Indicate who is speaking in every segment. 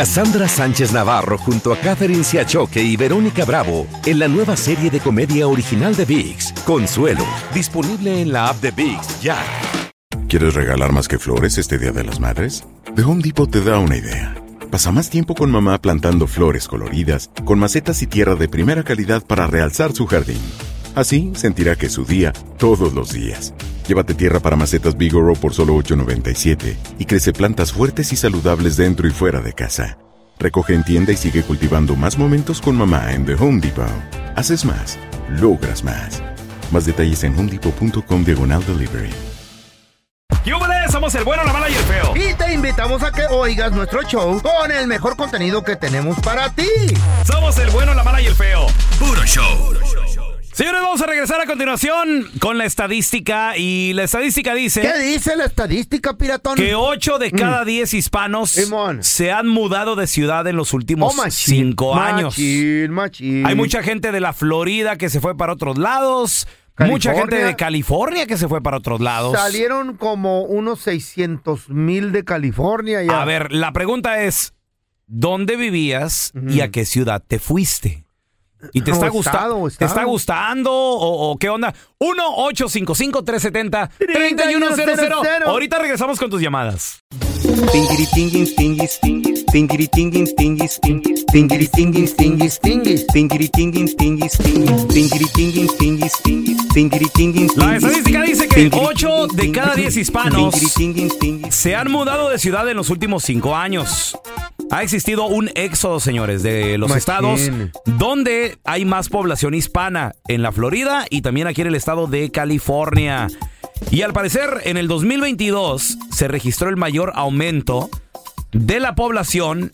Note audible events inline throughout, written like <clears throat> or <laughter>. Speaker 1: Cassandra Sánchez Navarro junto a Catherine Siachoque y Verónica Bravo en la nueva serie de comedia original de VIX, Consuelo, disponible en la app de VIX ya.
Speaker 2: ¿Quieres regalar más que flores este Día de las Madres? The Home Depot te da una idea. Pasa más tiempo con mamá plantando flores coloridas, con macetas y tierra de primera calidad para realzar su jardín. Así sentirá que es su día todos los días. Llévate tierra para macetas Bigoro por solo $8.97 y crece plantas fuertes y saludables dentro y fuera de casa. Recoge en tienda y sigue cultivando más momentos con mamá en The Home Depot. Haces más, logras más. Más detalles en homedepot.com diagonal delivery.
Speaker 3: ¡Yúbales! Somos el bueno, la mala y el feo.
Speaker 4: Y te invitamos a que oigas nuestro show con el mejor contenido que tenemos para ti.
Speaker 3: Somos el bueno, la mala y el feo. Puro show. Señores, vamos a regresar a continuación con la estadística. Y la estadística dice
Speaker 4: ¿Qué dice la estadística, piratón? Mm.
Speaker 3: que 8 de cada 10 hispanos
Speaker 4: Simón.
Speaker 3: se han mudado de ciudad en los últimos
Speaker 4: Oh, machín,
Speaker 3: 5 años.
Speaker 4: Machín, machín.
Speaker 3: Hay mucha gente de la Florida que se fue para otros lados. Mucha
Speaker 4: California.
Speaker 3: gente de California que se fue para otros lados.
Speaker 4: Salieron como unos 600 mil de California. Ya.
Speaker 3: A ver, la pregunta es, ¿dónde vivías y a qué ciudad te fuiste? ¿Y te
Speaker 4: O
Speaker 3: está,
Speaker 4: estado,
Speaker 3: gustando?
Speaker 4: o
Speaker 3: ¿Te
Speaker 4: estado.
Speaker 3: está gustando o, o qué onda? 1-855-370-3100. Ahorita regresamos con tus llamadas.
Speaker 5: Tingiri tinguis tinguis tinguis tingiri tinguis tinguis tinguis tingiri tinguis tinguis tinguis tingiri tinguis tinguis tinguis tingiri tinguis tinguis tinguis tingiri tinguis
Speaker 3: La estadística dice que ocho de cada diez hispanos Se han mudado de ciudad en los últimos cinco años. Ha existido un éxodo, señores, de los
Speaker 4: Machín.
Speaker 3: estados donde hay más población hispana, en la Florida y también aquí en el estado de California. Y al parecer, en el 2022 se registró el mayor aumento de la población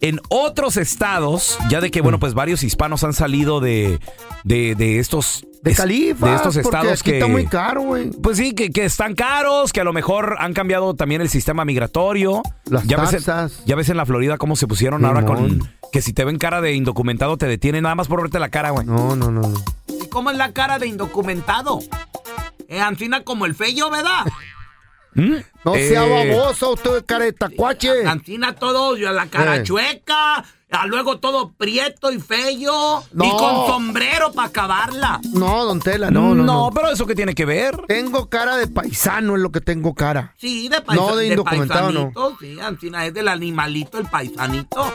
Speaker 3: en otros estados, ya de que, bueno, pues varios hispanos han salido de, de, de estos...
Speaker 4: De
Speaker 3: es-
Speaker 4: Califa.
Speaker 3: de estos
Speaker 4: porque
Speaker 3: estados
Speaker 4: aquí
Speaker 3: que
Speaker 4: está muy caro, güey.
Speaker 3: pues sí, que, que están caros, que a lo mejor han cambiado también el sistema migratorio.
Speaker 4: Las
Speaker 3: ya Ves
Speaker 4: taxas.
Speaker 3: en, ya ves en la Florida cómo se pusieron ahora con...
Speaker 4: Simón.
Speaker 3: Que si te ven cara de indocumentado te detienen nada más por verte la cara, güey.
Speaker 4: No, no, no. no.
Speaker 6: ¿Y cómo es la cara de indocumentado? Eh, Ancina como el feyo, ¿verdad?
Speaker 3: ¿Mm?
Speaker 4: No
Speaker 3: Eh,
Speaker 4: sea baboso, usted cara de tacuache.
Speaker 6: Ancina todo, yo, la cara
Speaker 4: Eh.
Speaker 6: chueca, a luego todo prieto y feyo, y
Speaker 4: No.
Speaker 6: con sombrero para acabarla.
Speaker 4: No, don Tela,
Speaker 3: No,
Speaker 4: no, no, no.
Speaker 3: pero eso que tiene que ver.
Speaker 4: Tengo cara de paisano, es lo que tengo cara.
Speaker 6: Sí, de, paisa-
Speaker 4: No, de indocumentado, no.
Speaker 6: paisanito, sí, Ancina es del animalito, el paisanito.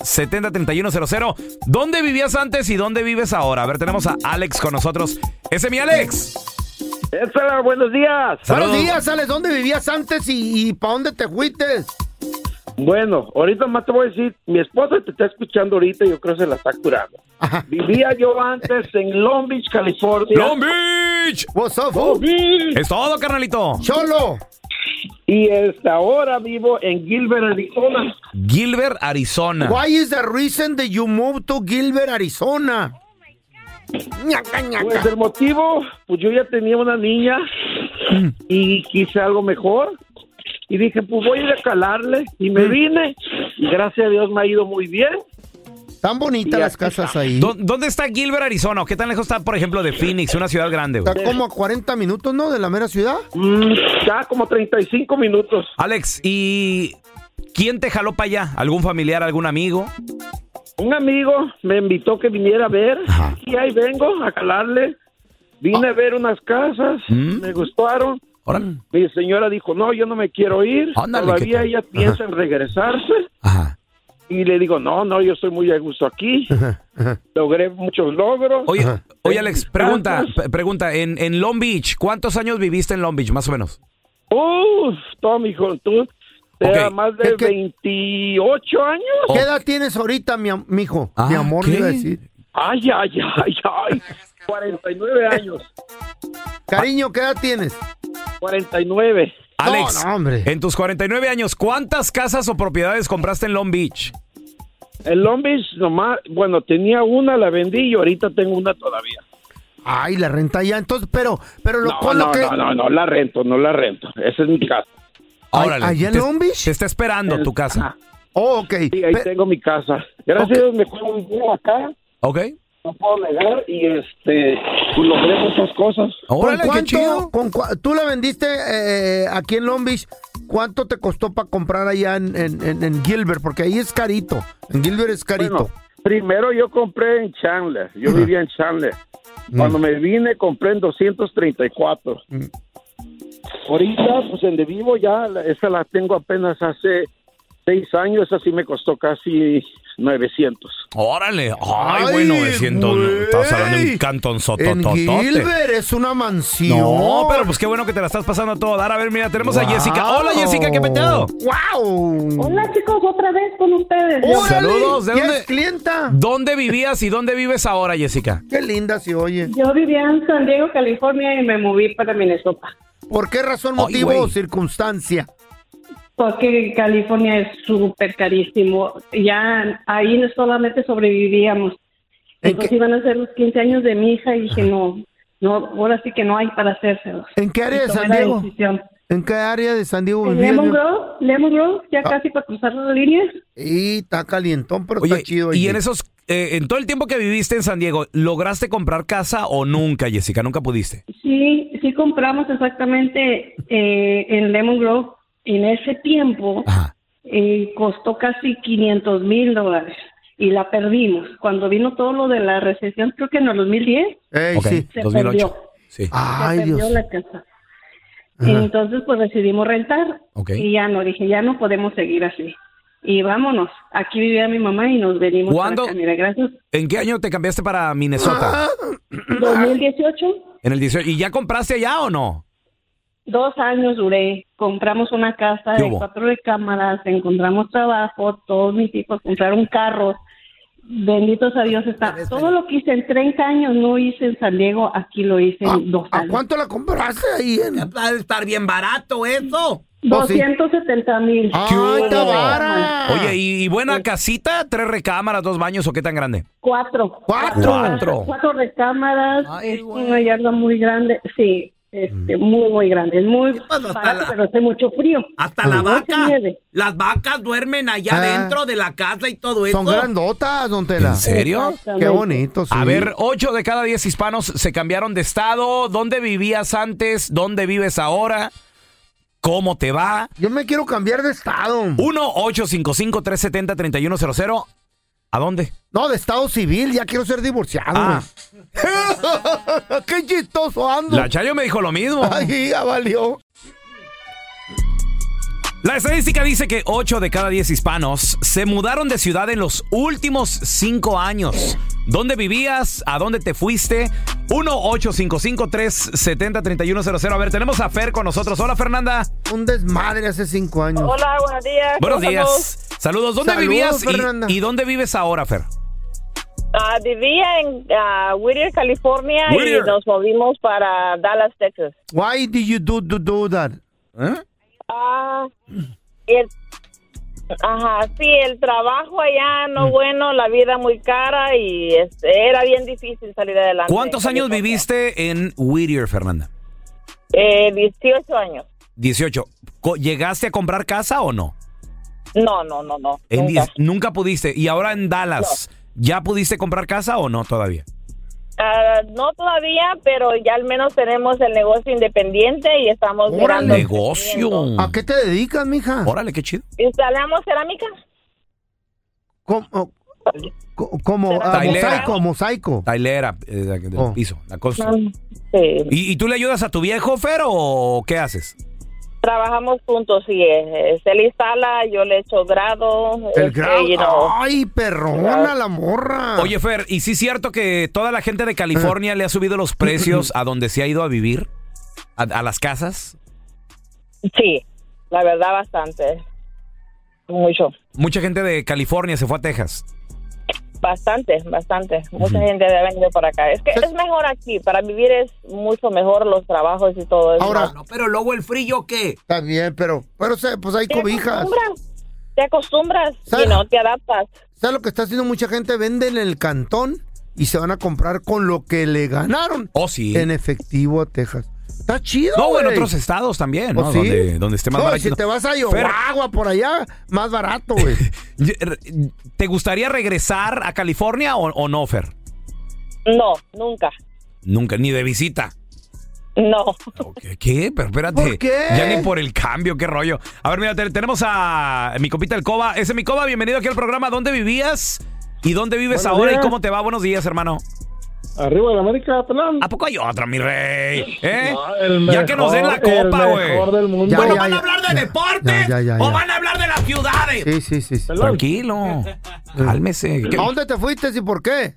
Speaker 3: 1-855-370-3100. ¿Dónde vivías antes y dónde vives ahora? A ver, tenemos a Alex con nosotros. Ese es mi Alex.
Speaker 7: Hola, buenos días.
Speaker 3: Saludos.
Speaker 4: Buenos días, Alex. ¿Dónde vivías antes y, para dónde te fuiste?
Speaker 7: Bueno, ahorita más te voy a decir, mi esposa te está escuchando ahorita y yo creo que se la está curando.
Speaker 4: Ajá.
Speaker 7: Vivía yo antes en Long Beach, California.
Speaker 3: Long Beach.
Speaker 4: What's
Speaker 7: Long
Speaker 4: up, fool?
Speaker 7: Beach.
Speaker 3: Es todo, carnalito.
Speaker 4: Cholo.
Speaker 7: Y este, hasta ahora vivo en Gilbert, Arizona.
Speaker 3: Gilbert, Arizona.
Speaker 4: Why is the reason that you moved to Gilbert, Arizona? Ñaca,
Speaker 7: Pues
Speaker 4: ñaca.
Speaker 7: el motivo, pues yo ya tenía una niña
Speaker 3: Mm.
Speaker 7: y quise algo mejor. Y dije, pues voy a ir a calarle. Y
Speaker 3: Mm.
Speaker 7: me vine. Y gracias a Dios me ha ido muy bien.
Speaker 4: Tan bonitas
Speaker 7: Y
Speaker 4: las
Speaker 7: aquí
Speaker 4: casas
Speaker 7: está.
Speaker 4: ahí.
Speaker 3: ¿Dó- ¿Dónde está Gilbert, Arizona? ¿O qué tan lejos está, por ejemplo, de Phoenix, una ciudad grande? güey?
Speaker 4: Está como a 40 minutos, ¿no? De la mera ciudad.
Speaker 7: Mm, ya como 35 minutos.
Speaker 3: Alex, ¿y quién te jaló para allá? ¿Algún familiar, algún amigo?
Speaker 7: Un amigo me invitó que viniera a ver y ahí vengo a calarle. Vine a ver unas casas,
Speaker 3: Mm.
Speaker 7: me gustaron.
Speaker 3: Órale.
Speaker 7: Mi señora dijo, no, yo no me quiero ir.
Speaker 3: Ándale,
Speaker 7: Todavía
Speaker 3: ¿qué tal?
Speaker 7: ella piensa en regresarse.
Speaker 3: Ajá.
Speaker 7: Y le digo, no, no, yo estoy muy a gusto aquí. Logré muchos logros.
Speaker 3: Oye,
Speaker 4: Ajá.
Speaker 3: oye, Alex, pregunta,
Speaker 7: Gracias.
Speaker 3: pre- pregunta, en, en Long Beach, ¿cuántos años viviste en Long Beach, más o menos?
Speaker 7: Uf, toda mi juventud. Era
Speaker 3: Ok.
Speaker 7: más de
Speaker 4: ¿Qué- qué?
Speaker 7: 28 años.
Speaker 3: Oh.
Speaker 4: ¿Qué edad tienes ahorita, mi am- mijo?
Speaker 3: Ah,
Speaker 4: mi amor, le iba a
Speaker 3: ¿qué?
Speaker 4: decir.
Speaker 7: Ay, ay, ay, ay. 49 años.
Speaker 4: Cariño, ¿qué edad tienes?
Speaker 7: 49.
Speaker 3: Alex,
Speaker 4: no, hombre.
Speaker 3: en tus 49 años, ¿cuántas casas o propiedades compraste en Long Beach?
Speaker 7: El Long Beach nomás, bueno, tenía una, la vendí y ahorita tengo una todavía.
Speaker 4: Ay, la renta ya. Entonces, pero, pero lo,
Speaker 7: No,
Speaker 4: con
Speaker 7: no,
Speaker 4: lo que.
Speaker 7: no, no, no la rento, no la rento. Esa es mi casa.
Speaker 4: Ay, ¿allá en
Speaker 3: te-
Speaker 4: Long Beach?
Speaker 3: Te está esperando tu casa,
Speaker 7: Ajá.
Speaker 4: Oh, ok.
Speaker 7: Sí, ahí
Speaker 4: Pe-
Speaker 7: tengo mi casa. Gracias a Dios me fue muy bien acá,
Speaker 3: ¿ok?
Speaker 7: no puedo negar, y este, pues logré muchas cosas.
Speaker 4: ¿Con
Speaker 3: Órale, qué
Speaker 4: cuánto-
Speaker 3: chido.
Speaker 4: con cua- tú la vendiste eh, aquí en Long Beach. ¿Cuánto te costó para comprar allá en, en- en- en Gilbert? Porque ahí es carito. En Gilbert es carito.
Speaker 7: Bueno, primero yo compré en Chandler. Yo vivía en Chandler.
Speaker 3: Mm.
Speaker 7: Cuando me vine compré en 234. Ahorita, pues en de vivo ya, la- esa la tengo apenas hace seis años. Esa sí me costó casi 900.
Speaker 3: Órale. Ay,
Speaker 4: Ay,
Speaker 3: güey, 900. no,
Speaker 4: güey.
Speaker 3: Estás hablando de un cantón
Speaker 4: en Gilbert es una mansión.
Speaker 3: No, pero pues qué bueno que te la estás pasando a todo. dar. A ver, mira, tenemos a
Speaker 4: Wow.
Speaker 3: Jessica. Hola, Jessica, qué peteado.
Speaker 4: ¡Wow!
Speaker 8: Hola chicos, otra vez con ustedes.
Speaker 4: ¡Órale!
Speaker 3: Saludos, ¿de
Speaker 4: Ya
Speaker 3: dónde?
Speaker 4: es clienta?
Speaker 3: ¿Dónde vivías y dónde vives ahora, Jessica?
Speaker 4: Qué linda se oye.
Speaker 8: Yo vivía en San Diego, California y me moví para Minnesota.
Speaker 4: ¿Por qué razón, motivo
Speaker 3: güey.
Speaker 4: o circunstancia?
Speaker 8: Porque California es súper carísimo. Ya ahí no solamente sobrevivíamos.
Speaker 4: ¿En
Speaker 8: Entonces
Speaker 4: qué-
Speaker 8: iban a ser los 15 años de mi hija y dije, no, no, ahora sí que no hay para hacérselos.
Speaker 4: ¿En qué área
Speaker 8: Y
Speaker 4: de
Speaker 8: tomé
Speaker 4: San
Speaker 8: la
Speaker 4: Diego?
Speaker 8: decisión.
Speaker 4: ¿En qué área de San Diego
Speaker 8: En
Speaker 4: vivías?
Speaker 8: "Eh, Lemon Grove, Lemon Grove, ya
Speaker 4: Ah.
Speaker 8: casi para cruzar las líneas.
Speaker 4: Y está calientón, pero
Speaker 3: Oye,
Speaker 4: está chido.
Speaker 3: y
Speaker 4: allí.
Speaker 3: en esos, eh, en todo el tiempo que viviste en San Diego, ¿lograste comprar casa o nunca, Jessica? Nunca pudiste.
Speaker 8: Sí, sí compramos exactamente eh, en Lemon Grove. En ese tiempo
Speaker 3: Ajá.
Speaker 8: eh, costó casi 500 mil dólares y la perdimos. Cuando vino todo lo de la recesión, creo que en el 2010,
Speaker 4: Ey,
Speaker 3: Ok,
Speaker 4: sí.
Speaker 8: se
Speaker 3: 2008.
Speaker 8: perdió.
Speaker 3: Sí.
Speaker 4: Ay,
Speaker 8: se perdió
Speaker 4: Dios.
Speaker 8: la casa. Entonces, pues decidimos rentar
Speaker 3: Ok.
Speaker 8: y ya no, dije, ya no podemos seguir así. Y vámonos, aquí vivía mi mamá y nos venimos. para
Speaker 3: ¿Cuándo?
Speaker 8: acá. Mira,
Speaker 4: <clears throat>
Speaker 8: gracias.
Speaker 3: ¿En qué año te cambiaste para Minnesota?
Speaker 8: 2018
Speaker 3: En el 18. ¿Y ya compraste allá o no?
Speaker 8: Dos años duré, compramos una casa
Speaker 3: ¿Qué
Speaker 8: de
Speaker 3: hubo?
Speaker 8: cuatro recámaras, encontramos trabajo, todos mis hijos compraron carros, benditos a Dios está. Todo lo que hice en 30 años no hice en San Diego, aquí lo hice
Speaker 4: ¿A,
Speaker 8: en dos
Speaker 4: Ah, a
Speaker 8: años.
Speaker 4: cuánto la compraste ahí? En...
Speaker 6: Va a estar bien barato eso.
Speaker 4: Oh, sí.
Speaker 8: 270 mil.
Speaker 3: Ah,
Speaker 4: ¡Ay, está vara!
Speaker 3: Oye, ¿y, y buena casita? ¿Tres recámaras, dos baños o qué tan grande?
Speaker 8: Cuatro.
Speaker 4: Cuatro.
Speaker 3: Cuatro.
Speaker 8: Cuatro recámaras,
Speaker 6: Ay,
Speaker 8: es
Speaker 6: güey.
Speaker 8: una yarda muy grande, sí, este,
Speaker 3: Mm.
Speaker 8: muy, muy grande, es muy
Speaker 6: pasó?
Speaker 8: barato, pero hace mucho frío.
Speaker 6: Hasta la
Speaker 8: No se
Speaker 6: vaca.
Speaker 8: nieve.
Speaker 6: Las vacas duermen allá
Speaker 4: Ah.
Speaker 6: dentro de la casa y todo eso.
Speaker 4: Son grandotas, don Tela.
Speaker 3: ¿En serio?
Speaker 4: Qué
Speaker 8: Exactamente.
Speaker 4: bonito, sí.
Speaker 3: A ver, 8 de cada 10 hispanos se cambiaron de estado. ¿Dónde vivías antes? ¿Dónde vives ahora? ¿Cómo te va?
Speaker 4: Yo me quiero cambiar de estado.
Speaker 3: 1-855-370-3100. ¿A dónde?
Speaker 4: No, de estado civil. Ya quiero ser divorciado.
Speaker 3: Ah.
Speaker 4: güey. <laughs> ¡Qué chistoso ando!
Speaker 3: La Chayo me dijo lo mismo.
Speaker 4: <laughs> Ay, ya valió.
Speaker 3: La estadística dice que 8 de cada 10 hispanos se mudaron de ciudad en los últimos 5 años. ¿Dónde vivías? ¿A dónde te fuiste? 1-855-370-3100. A ver, tenemos a Fer con nosotros. Hola, Fernanda.
Speaker 4: Un desmadre hace cinco años.
Speaker 9: Hola, buenos días.
Speaker 3: Buenos
Speaker 9: ¿Cómo estamos?
Speaker 3: días. Saludos. ¿Dónde
Speaker 4: Saludos,
Speaker 3: vivías y-
Speaker 4: Fernanda.
Speaker 3: y, dónde vives ahora, Fer?
Speaker 9: Ah, vivía en ah, Whittier, California
Speaker 3: Whittier.
Speaker 9: y nos movimos para Dallas, Texas.
Speaker 4: Why did you do, do, do that?
Speaker 3: ¿Eh?
Speaker 9: Ah, el, ajá, sí, el trabajo allá no
Speaker 3: Mm.
Speaker 9: bueno, la vida muy cara y este, era bien difícil salir adelante.
Speaker 3: ¿Cuántos
Speaker 9: en
Speaker 3: años
Speaker 9: California.
Speaker 3: viviste en Whittier, Fernanda?
Speaker 9: Eh, 18 años.
Speaker 3: 18. Co- ¿Llegaste a comprar casa o no?
Speaker 9: No, no, no, no.
Speaker 3: En
Speaker 9: nunca.
Speaker 3: 10 nunca pudiste. Y ahora en Dallas, ¿ya pudiste comprar casa o no todavía?
Speaker 9: Ah, no todavía, pero ya al menos tenemos el negocio independiente y estamos
Speaker 4: Órale.
Speaker 9: mirando.
Speaker 3: Negocio.
Speaker 4: ¿A qué te dedicas, mija?
Speaker 3: Órale, qué chido.
Speaker 9: ¿Instalamos cerámica?
Speaker 4: Como, co- como ah,
Speaker 3: Tailera.
Speaker 4: mosaico, mosaico.
Speaker 3: Tailera eh, del
Speaker 4: Oh.
Speaker 3: piso, la cosa.
Speaker 9: Sí.
Speaker 3: ¿Y, y tú le ayudas a tu viejo, Fer, o qué haces?
Speaker 9: Trabajamos juntos, sí. eh, eh, Él instala, yo le echo grado.
Speaker 4: El
Speaker 9: este,
Speaker 4: grado.
Speaker 9: you know.
Speaker 4: Ay, perrona la morra.
Speaker 3: Oye, Fer, ¿y sí es cierto que toda la gente de California le ha subido los precios a donde se ha ido a vivir? ¿A, a las casas?
Speaker 9: Sí, la verdad, bastante. Mucho.
Speaker 3: Mucha gente de California se fue a Texas.
Speaker 9: Bastante, bastante. Mucha gente ha venido para acá. Es que
Speaker 4: Sí.
Speaker 9: es mejor aquí. Para vivir es mucho mejor los trabajos y todo eso.
Speaker 4: Ahora,
Speaker 6: No, pero luego el frío, ¿qué?
Speaker 4: está bien, pero, pero se- pues hay
Speaker 9: te
Speaker 4: cobijas.
Speaker 9: acostumbras. Te acostumbras
Speaker 4: ¿Sabes?
Speaker 9: y no te adaptas.
Speaker 4: ¿Sabes lo que está haciendo mucha gente? Venden en el cantón y se van a comprar con lo que le ganaron
Speaker 3: Oh, sí.
Speaker 4: en efectivo a Texas. Está chido.
Speaker 3: No, en
Speaker 4: güey.
Speaker 3: otros estados también,
Speaker 4: Pues
Speaker 3: ¿no?
Speaker 4: sí.
Speaker 3: donde, donde esté más
Speaker 4: No, y
Speaker 3: barato.
Speaker 4: Si te vas a
Speaker 3: Fer,
Speaker 4: Iowa por allá, más
Speaker 3: <laughs>
Speaker 4: barato, güey.
Speaker 3: ¿Te gustaría regresar a California o, o no, Fer?
Speaker 9: No, nunca.
Speaker 3: Nunca, ni de visita.
Speaker 9: No.
Speaker 3: ¿Qué? qué? Pero espérate.
Speaker 9: ¿Por qué?
Speaker 3: Ya ni por el cambio, qué rollo. A ver, mira, te- tenemos a mi copita el Coba. Ese mi Coba, bienvenido aquí al programa. ¿Dónde vivías? ¿Y dónde vives
Speaker 10: Buenos
Speaker 3: ahora? ¿Y
Speaker 10: días.
Speaker 3: cómo te va? Buenos días, hermano.
Speaker 10: Arriba de la América, Pelán.
Speaker 3: ¿A poco hay otra, mi rey? ¿Eh?
Speaker 10: No, el
Speaker 3: ya que nos den la
Speaker 10: mejor, el
Speaker 3: copa, güey.
Speaker 10: mejor del mundo.
Speaker 3: Bueno,
Speaker 10: Ya,
Speaker 3: van
Speaker 10: ya,
Speaker 3: a hablar de deportes
Speaker 4: Ya, ya, ya,
Speaker 3: o
Speaker 4: ya.
Speaker 3: van a hablar de las ciudades.
Speaker 4: Sí, sí, sí. sí.
Speaker 3: Tranquilo. Cálmese.
Speaker 4: ¿A dónde te fuiste y por qué?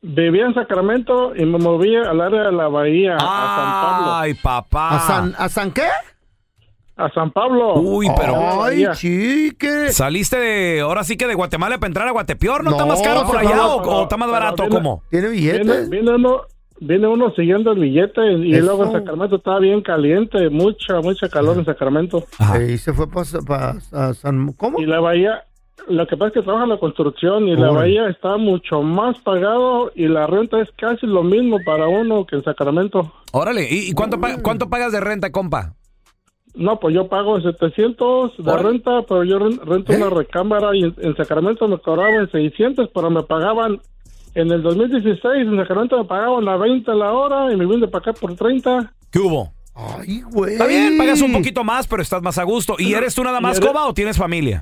Speaker 10: Vivía en Sacramento y me moví al área de la Bahía,
Speaker 3: Ay, papá.
Speaker 4: ¿A San, ¿A San qué?
Speaker 10: a San, a San Pablo.
Speaker 3: Uy,
Speaker 10: Oh,
Speaker 3: pero-
Speaker 4: Ay, chique.
Speaker 3: Saliste de, ahora sí que de Guatemala para entrar a Guatepeor, ¿no, está
Speaker 4: No,
Speaker 3: más caro por allá
Speaker 4: pero-
Speaker 3: o, o está más
Speaker 10: pero
Speaker 3: barato?
Speaker 10: viene-
Speaker 3: ¿Cómo?
Speaker 4: ¿Tiene
Speaker 10: Viene,
Speaker 4: billetes?
Speaker 10: viene uno, viene uno siguiendo el billete y
Speaker 4: Eso.
Speaker 10: luego en Sacramento estaba bien caliente, mucha, mucha calor en Sacramento.
Speaker 4: Y se fue para San... ¿Cómo?
Speaker 10: Y la bahía, lo que pasa es que trabaja en la construcción y la
Speaker 4: Órale.
Speaker 10: bahía está mucho más pagado y la renta es casi lo mismo para uno que en Sacramento. Mm.
Speaker 3: Órale, ¿y, y cuánto, pa- cuánto pagas de renta, compa?
Speaker 10: No, pues yo pago 700 de
Speaker 3: Órale. ¿Eh?
Speaker 10: renta, pero yo ren- rento una recámara y en, en Sacramento me cobraban 600, pero me pagaban en el 2016 en Sacramento me pagaban a 20 la hora y me vine para acá por 30.
Speaker 3: ¿Qué hubo?
Speaker 4: Ay, güey.
Speaker 3: Está bien, pagas un poquito más, pero estás más a gusto. ¿Y eres tú nada
Speaker 10: ¿Y
Speaker 3: más,
Speaker 10: eres-
Speaker 3: Coba, o tienes familia?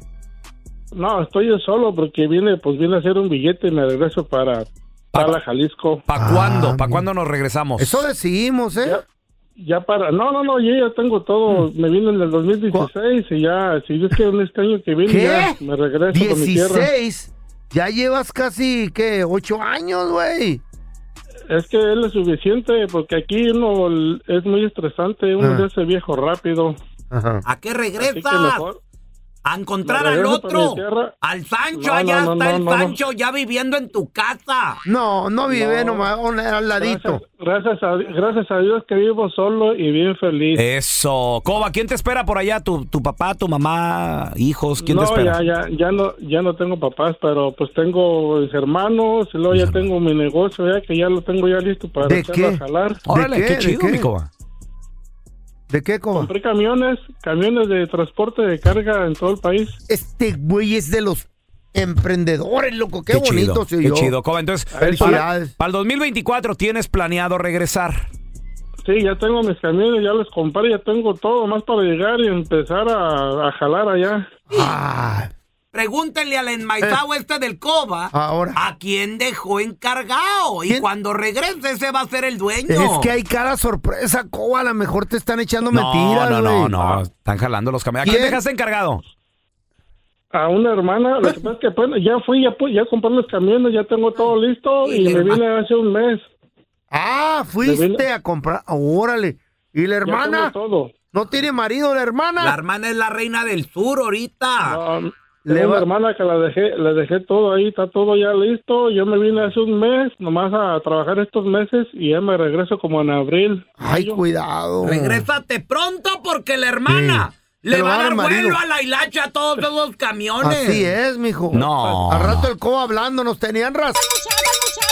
Speaker 10: No, estoy yo solo porque viene, pues viene a hacer un billete y me regreso para para Jalisco.
Speaker 3: ¿Para cuándo? ¿Para cuándo nos regresamos?
Speaker 4: Ah, Eso decidimos, ¿eh? Mm.
Speaker 10: Ya para, no, no, no, yo ya tengo todo. Me vine en el 2016 y ya, si Dios quiere, en este año que viene
Speaker 4: ¿Qué?
Speaker 10: ya me regreso con mi tierra.
Speaker 4: 16. Ya llevas casi, ¿qué? Ocho años, güey.
Speaker 10: Es que él es suficiente porque aquí uno l- es muy estresante, uno
Speaker 4: Ah.
Speaker 10: se hace viejo rápido.
Speaker 4: Ajá.
Speaker 6: ¿A qué
Speaker 10: Así
Speaker 6: regresas?
Speaker 10: que mejor.
Speaker 6: A encontrar
Speaker 10: Me
Speaker 6: al
Speaker 10: regreso para mi
Speaker 6: otro.
Speaker 10: tierra.
Speaker 6: Al Sancho,
Speaker 10: No,
Speaker 6: allá
Speaker 10: no, no,
Speaker 6: está
Speaker 10: no,
Speaker 6: el
Speaker 10: no, no.
Speaker 6: Sancho ya viviendo en tu casa.
Speaker 4: No, no vive
Speaker 10: No.
Speaker 4: nomás un- al ladito.
Speaker 10: Gracias, gracias a, gracias a Dios que vivo solo y bien feliz.
Speaker 3: Eso. Coba, ¿quién te espera por allá? ¿Tu, tu papá, tu mamá, hijos? ¿Quién
Speaker 10: no,
Speaker 3: te espera?
Speaker 10: ya, ya, ya no, ya no tengo papás, pero pues tengo mis hermanos y luego ya tengo mi negocio ya que ya lo tengo ya listo para
Speaker 4: ¿De
Speaker 10: echarlo
Speaker 4: qué?
Speaker 10: a jalar.
Speaker 3: Órale,
Speaker 4: ¿De
Speaker 3: qué,
Speaker 4: qué?
Speaker 3: chido,
Speaker 4: ¿De qué?
Speaker 3: mi Coba.
Speaker 4: ¿De qué, Coba?
Speaker 10: Compré camiones, camiones de transporte de carga en todo el país.
Speaker 4: Este güey es de los emprendedores, loco. Qué,
Speaker 3: chido,
Speaker 4: bonito se
Speaker 3: Qué
Speaker 4: oyó.
Speaker 3: chido, Coba. Entonces, para,
Speaker 4: Felicidades.
Speaker 3: para el 2024 tienes planeado regresar.
Speaker 10: Sí, ya tengo mis camiones, ya los compré, ya tengo todo más para llegar y empezar a, a jalar allá.
Speaker 4: Ah,
Speaker 6: Pregúntenle al enmaizado este del Coba
Speaker 4: Eh. ahora.
Speaker 6: a quién dejó encargado. Y
Speaker 4: ¿Quién?
Speaker 6: cuando regrese, ese va a ser el dueño.
Speaker 4: Es que hay cara sorpresa, Coba. A lo mejor te están echando
Speaker 3: No,
Speaker 4: mentiras,
Speaker 3: no,
Speaker 4: güey.
Speaker 3: no, no. Están jalando los camiones. ¿A quién
Speaker 4: ¿Quién?
Speaker 3: dejaste encargado?
Speaker 10: A una hermana, lo que pasa es que bueno, ya fui, ya, pu- ya compré los camiones, ya tengo todo listo y me vine hace un mes.
Speaker 4: Ah, fuiste a comprar. Órale. ¿Y la
Speaker 10: Ya
Speaker 4: hermana?
Speaker 10: tengo todo.
Speaker 4: ¿No tiene marido la hermana?
Speaker 6: La hermana es la reina del sur ahorita.
Speaker 10: Ah, tengo
Speaker 4: Le
Speaker 10: una
Speaker 4: va-
Speaker 10: hermana que la dejé, la dejé todo ahí, está todo ya listo. Yo me vine hace un mes, nomás a trabajar estos meses y ya me regreso como en abril.
Speaker 4: Ay, cuidado.
Speaker 6: Regrésate pronto porque la hermana
Speaker 4: Sí.
Speaker 6: le
Speaker 4: Te lo
Speaker 6: va a
Speaker 4: va a
Speaker 6: dar
Speaker 4: dar marido.
Speaker 6: vuelo a la hilacha a todos esos camiones.
Speaker 4: Así es, mijo.
Speaker 3: No.
Speaker 4: Al rato el Coba hablando, nos tenían razón.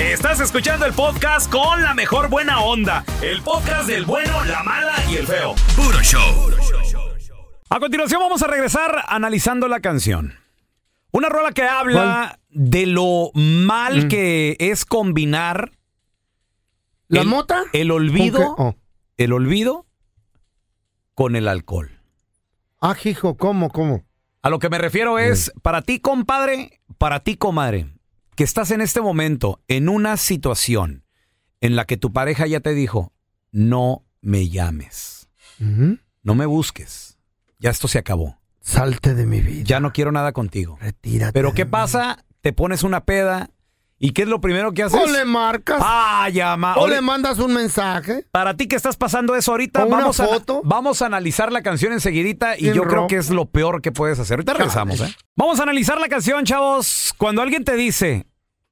Speaker 3: Estás escuchando el podcast con la mejor buena onda. El podcast del bueno, la mala y el feo. Puro show. A continuación vamos a regresar analizando la canción. Una rola que habla de lo mal
Speaker 4: Mm.
Speaker 3: que es combinar
Speaker 4: ¿La
Speaker 3: el-
Speaker 4: mota?
Speaker 3: el
Speaker 4: ¿Con
Speaker 3: olvido,
Speaker 4: qué? Oh.
Speaker 3: el olvido con el alcohol.
Speaker 4: Ah, hijo, ¿cómo, cómo?
Speaker 3: A lo que me refiero es, para ti, compadre, para ti, comadre, que estás en este momento en una situación en la que tu pareja ya te dijo, no me llames, no me busques, ya esto se acabó.
Speaker 4: Salte de mi vida.
Speaker 3: Ya no quiero nada contigo. Pero ¿qué pasa? Te pones una peda y ¿qué es lo primero que haces?
Speaker 4: O le marcas.
Speaker 3: Ah, llama.
Speaker 4: O
Speaker 3: O le-
Speaker 4: le mandas un mensaje.
Speaker 3: Para ti que estás pasando eso ahorita,
Speaker 4: O ¿eh? una
Speaker 3: vamos,
Speaker 4: foto.
Speaker 3: A, vamos a analizar la canción enseguidita y
Speaker 4: Sin
Speaker 3: yo creo
Speaker 4: ropa.
Speaker 3: que es lo peor que puedes hacer. Ahorita regresamos, ¿eh? Vamos a analizar la canción, chavos. Cuando alguien te dice,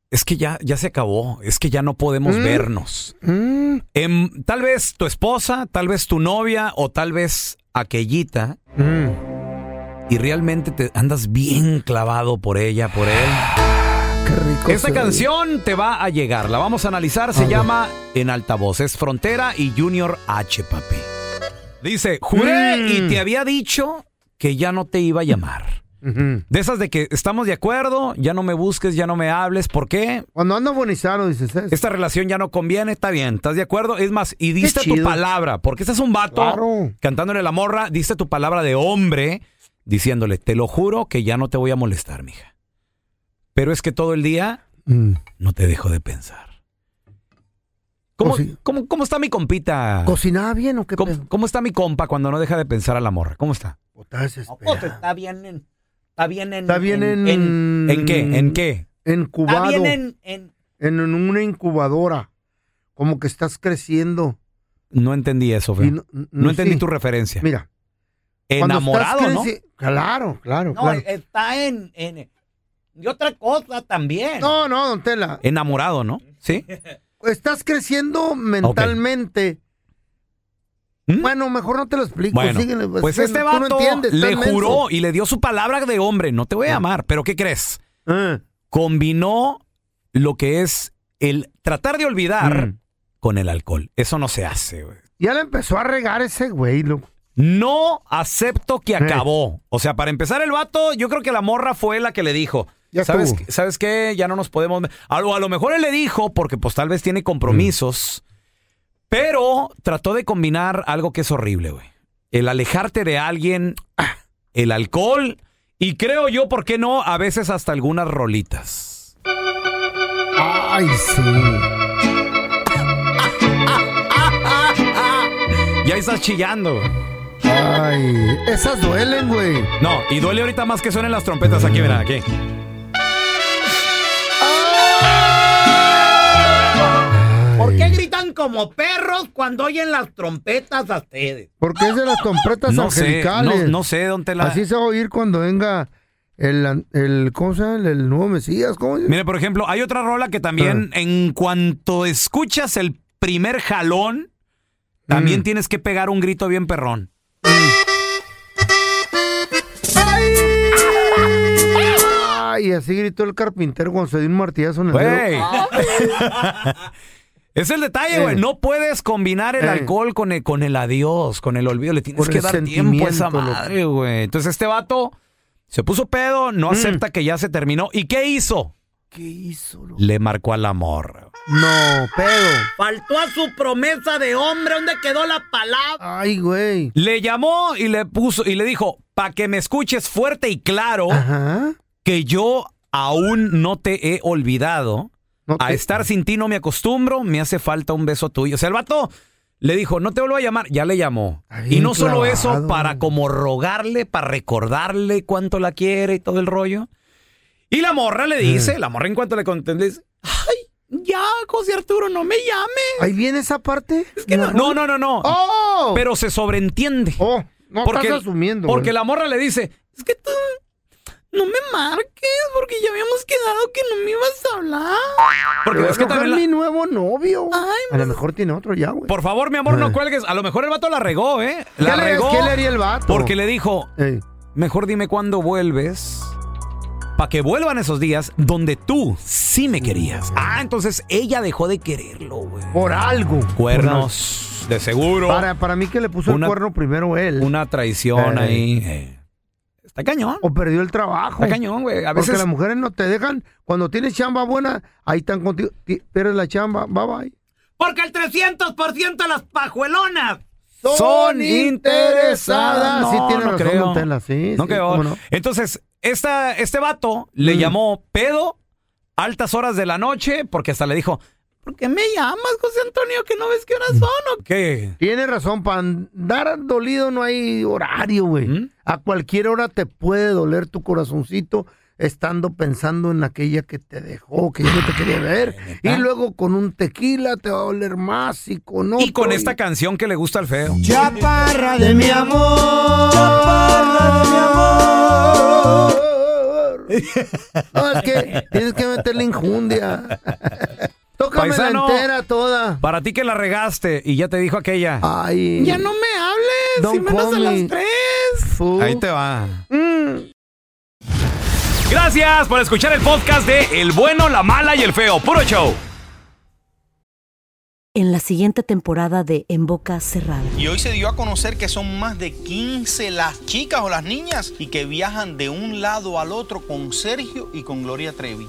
Speaker 3: es que ya, ya se acabó, es que ya no
Speaker 4: Mm.
Speaker 3: podemos vernos. Em, tal vez tu esposa, tal vez tu novia o tal vez aquellita. Y realmente te andas bien clavado por ella, por él. Esta canción te va a llegar, la vamos a analizar, se llama En altavoz, es Frontera y Junior H, papi. Dice, juré y te había dicho que ya no te iba a llamar. De esas de que estamos de acuerdo, ya no me busques, ya no me hables, ¿por qué?
Speaker 4: Cuando ando bonizado, dices ¿eh? eso.
Speaker 3: Esta relación ya no conviene, está bien, ¿estás de acuerdo? Es más, y diste tu
Speaker 4: chido.
Speaker 3: palabra, porque este es un vato
Speaker 4: Claro.
Speaker 3: cantándole la morra, diste tu palabra de hombre, diciéndole, te lo juro que ya no te voy a molestar, mija. Pero es que todo el día Mm, no te dejo de pensar. ¿Cómo, cómo- cómo está mi compita?
Speaker 4: ¿Cocinaba bien o qué
Speaker 3: ¿Cómo, cómo está mi compa cuando no deja de pensar a la morra? ¿Cómo está?
Speaker 6: está bien en. Está bien en.
Speaker 4: Está bien en...
Speaker 3: ¿En qué? ¿En qué?
Speaker 4: Incubado.
Speaker 6: Está bien en- en-
Speaker 4: En una incubadora. Como que estás creciendo.
Speaker 3: No entendí eso, feo.
Speaker 4: Y
Speaker 3: No,
Speaker 4: no- no,
Speaker 3: entendí
Speaker 4: sí.
Speaker 3: tu referencia.
Speaker 4: Mira. Cuando
Speaker 3: Enamorado,
Speaker 4: estás
Speaker 3: ¿no?
Speaker 4: creci- Claro, claro,
Speaker 6: No,
Speaker 4: claro.
Speaker 6: está en, en. Y otra cosa también.
Speaker 4: No, no, don Tela.
Speaker 3: Enamorado, ¿no? Sí.
Speaker 4: Estás creciendo mentalmente. Bueno, mejor no te lo explico.
Speaker 3: ¿Mm? Bueno,
Speaker 4: síguele,
Speaker 3: pues,
Speaker 4: es que
Speaker 3: este
Speaker 4: tú no
Speaker 3: vato
Speaker 4: entiendes, Ah.
Speaker 3: le
Speaker 4: estás menso.
Speaker 3: juró y le dio su palabra de hombre, no te voy a llamar, pero ¿qué crees?
Speaker 4: Ah.
Speaker 3: Combinó lo que es el tratar de olvidar con el alcohol. Eso no se hace, güey.
Speaker 4: Mm. Ya le empezó a regar ese güey, loco.
Speaker 3: No acepto que acabó. O sea, para empezar el vato, yo creo que la morra fue la que le dijo.
Speaker 4: Ya
Speaker 3: ¿Sabes,
Speaker 4: estuvo.
Speaker 3: qué- ¿Sabes qué? Ya no nos podemos... ver". A lo, a lo mejor él le dijo, porque pues tal vez tiene compromisos,
Speaker 4: Mm.
Speaker 3: pero trató de combinar algo que es horrible, güey. El alejarte de alguien, el alcohol y creo yo, ¿por qué no? A veces hasta algunas rolitas.
Speaker 4: Ay, sí.
Speaker 3: Ya estás chillando.
Speaker 4: Ay, esas duelen, güey.
Speaker 3: No, y duele ahorita más que suenen las trompetas aquí, mira, aquí.
Speaker 6: ¿Por qué gritan como perros cuando oyen las trompetas a ustedes?
Speaker 4: Porque es de las trompetas
Speaker 3: No sé,
Speaker 4: angelicales.
Speaker 3: no- no sé, don Tela.
Speaker 4: Así se va a oír cuando venga el, el, ¿cómo se llama? El, el nuevo Mesías. ¿cómo se llama?
Speaker 3: Mire, por ejemplo, hay otra rola que también, en cuanto escuchas el primer jalón,
Speaker 4: Mm.
Speaker 3: también tienes que pegar un grito bien perrón.
Speaker 4: Ay, así gritó el carpintero cuando se dio un martillazo en el
Speaker 3: Güey. <laughs>
Speaker 4: dedo.
Speaker 3: "Ah, Es el detalle, güey.
Speaker 4: Eh.
Speaker 3: No puedes combinar el
Speaker 4: Eh.
Speaker 3: alcool con el, con el adiós, con el olvido. Le tienes
Speaker 4: Con
Speaker 3: que
Speaker 4: el
Speaker 3: dar tiempo a esa
Speaker 4: sentimiento, loco.
Speaker 3: madre, güey. Entonces este vato se puso pedo,
Speaker 4: Mm.
Speaker 3: no acepta que ya se terminó. ¿Y qué hizo?
Speaker 4: ¿Qué hizo?
Speaker 3: Le marcó al amor.
Speaker 4: No, pedo.
Speaker 6: Faltó a su promesa de hombre. ¿Dónde quedó la palabra?
Speaker 4: Ay, güey.
Speaker 3: Le llamó y le puso y le dijo, para que me escuches fuerte y claro, que yo aún no te he olvidado. A estar sin ti no me acostumbro, me hace falta un beso tuyo. O sea, el vato le dijo, no te vuelvo a llamar, ya le llamó. Y
Speaker 4: bien
Speaker 3: no solo eso,
Speaker 4: clavado.
Speaker 3: para como rogarle, para recordarle cuánto la quiere y todo el rollo. Y la morra le
Speaker 4: Mm.
Speaker 3: dice, la morra en cuanto le contesta, le dice, Ya, José Arturo, no me llames.
Speaker 4: Ahí viene esa parte. Es
Speaker 3: que no, no, no, no, no.
Speaker 4: ¡Oh!
Speaker 3: Pero se sobreentiende.
Speaker 4: Oh, no estás asumiendo,
Speaker 3: Porque
Speaker 4: güey.
Speaker 3: la morra le dice, No me marques porque ya habíamos quedado que no me ibas a hablar. Porque
Speaker 4: Te
Speaker 3: es
Speaker 4: va
Speaker 3: que
Speaker 4: a enojar
Speaker 3: también la-
Speaker 4: mi nuevo novio. a lo mejor tiene otro ya, güey. Eh.
Speaker 3: Por favor, mi amor, no cuelgues. A lo mejor el vato la regó, ¿eh? La
Speaker 4: ¿Qué le-
Speaker 3: regó.
Speaker 4: qué le haría el vato?
Speaker 3: Porque le dijo,
Speaker 4: Ey.
Speaker 3: mejor dime cuándo vuelves para que vuelvan esos días donde tú sí me querías. Ah, entonces ella dejó de quererlo, güey.
Speaker 4: Por algo.
Speaker 3: Cuernos, de seguro.
Speaker 4: Para, para mí que le puso
Speaker 3: Una-
Speaker 4: el cuerno primero él.
Speaker 3: Una traición
Speaker 4: Eh.
Speaker 3: ahí. eh. Está cañón.
Speaker 4: O perdió el trabajo.
Speaker 3: Está cañón, güey. A veces-
Speaker 4: Porque las mujeres no te dejan. Cuando tienes chamba buena, ahí están contigo. Ti- Pierdes la chamba. Bye bye.
Speaker 6: Porque el 300% de las pajuelonas
Speaker 4: Son interesadas.
Speaker 3: No,
Speaker 4: sí, tiene
Speaker 3: no
Speaker 4: razón,
Speaker 3: creo.
Speaker 4: don Tela, Sí,
Speaker 3: No
Speaker 4: sí,
Speaker 3: quedó.
Speaker 4: cómo no. Mm.
Speaker 3: Entonces, esta, este vato le llamó pedo, altas horas de la noche, porque hasta le dijo, ¿Por qué me llamas, José Antonio, que no ves qué horas son? ¿Qué?
Speaker 4: Tiene razón, para andar dolido no hay horario, güey.
Speaker 3: ¿Mm?
Speaker 4: A cualquier hora te puede doler tu corazoncito estando pensando en aquella que te dejó, que yo no te quería ver. Y luego con un tequila te va a doler más y con otro.
Speaker 3: Y con esta canción que le gusta al feo.
Speaker 4: Chaparra de mi amor. Chaparra de mi
Speaker 3: <laughs>
Speaker 4: amor. No, es que tienes que meterle injundia. Tócame
Speaker 3: Paisano.
Speaker 4: la entera toda.
Speaker 3: Para ti que la regaste y ya te dijo aquella.
Speaker 4: Ay.
Speaker 3: Ya no me hables,
Speaker 4: Don't
Speaker 3: y menos a
Speaker 4: call me.
Speaker 3: las tres.
Speaker 4: Fu.
Speaker 3: Ahí te va.
Speaker 4: 嗯
Speaker 3: Gracias por escuchar el podcast de El bueno, la mala y el feo. Puro show.
Speaker 11: en la siguiente temporada de En Boca Cerrada.
Speaker 12: Y hoy se dio a conocer que son más de 15 las chicas o las niñas y que viajan de un lado al otro con Sergio y con Gloria Trevi.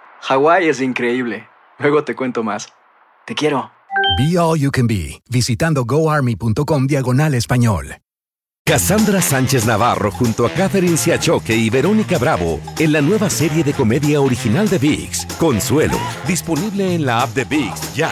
Speaker 13: Hawái es increíble. Luego te cuento más. Te quiero.
Speaker 14: Be All You Can Be, visitando goarmy.com diagonal español.
Speaker 1: Cassandra Sánchez Navarro junto a Catherine Siachoque y Verónica Bravo en la nueva serie de comedia original de VIX, Consuelo, disponible en la app de VIX ya.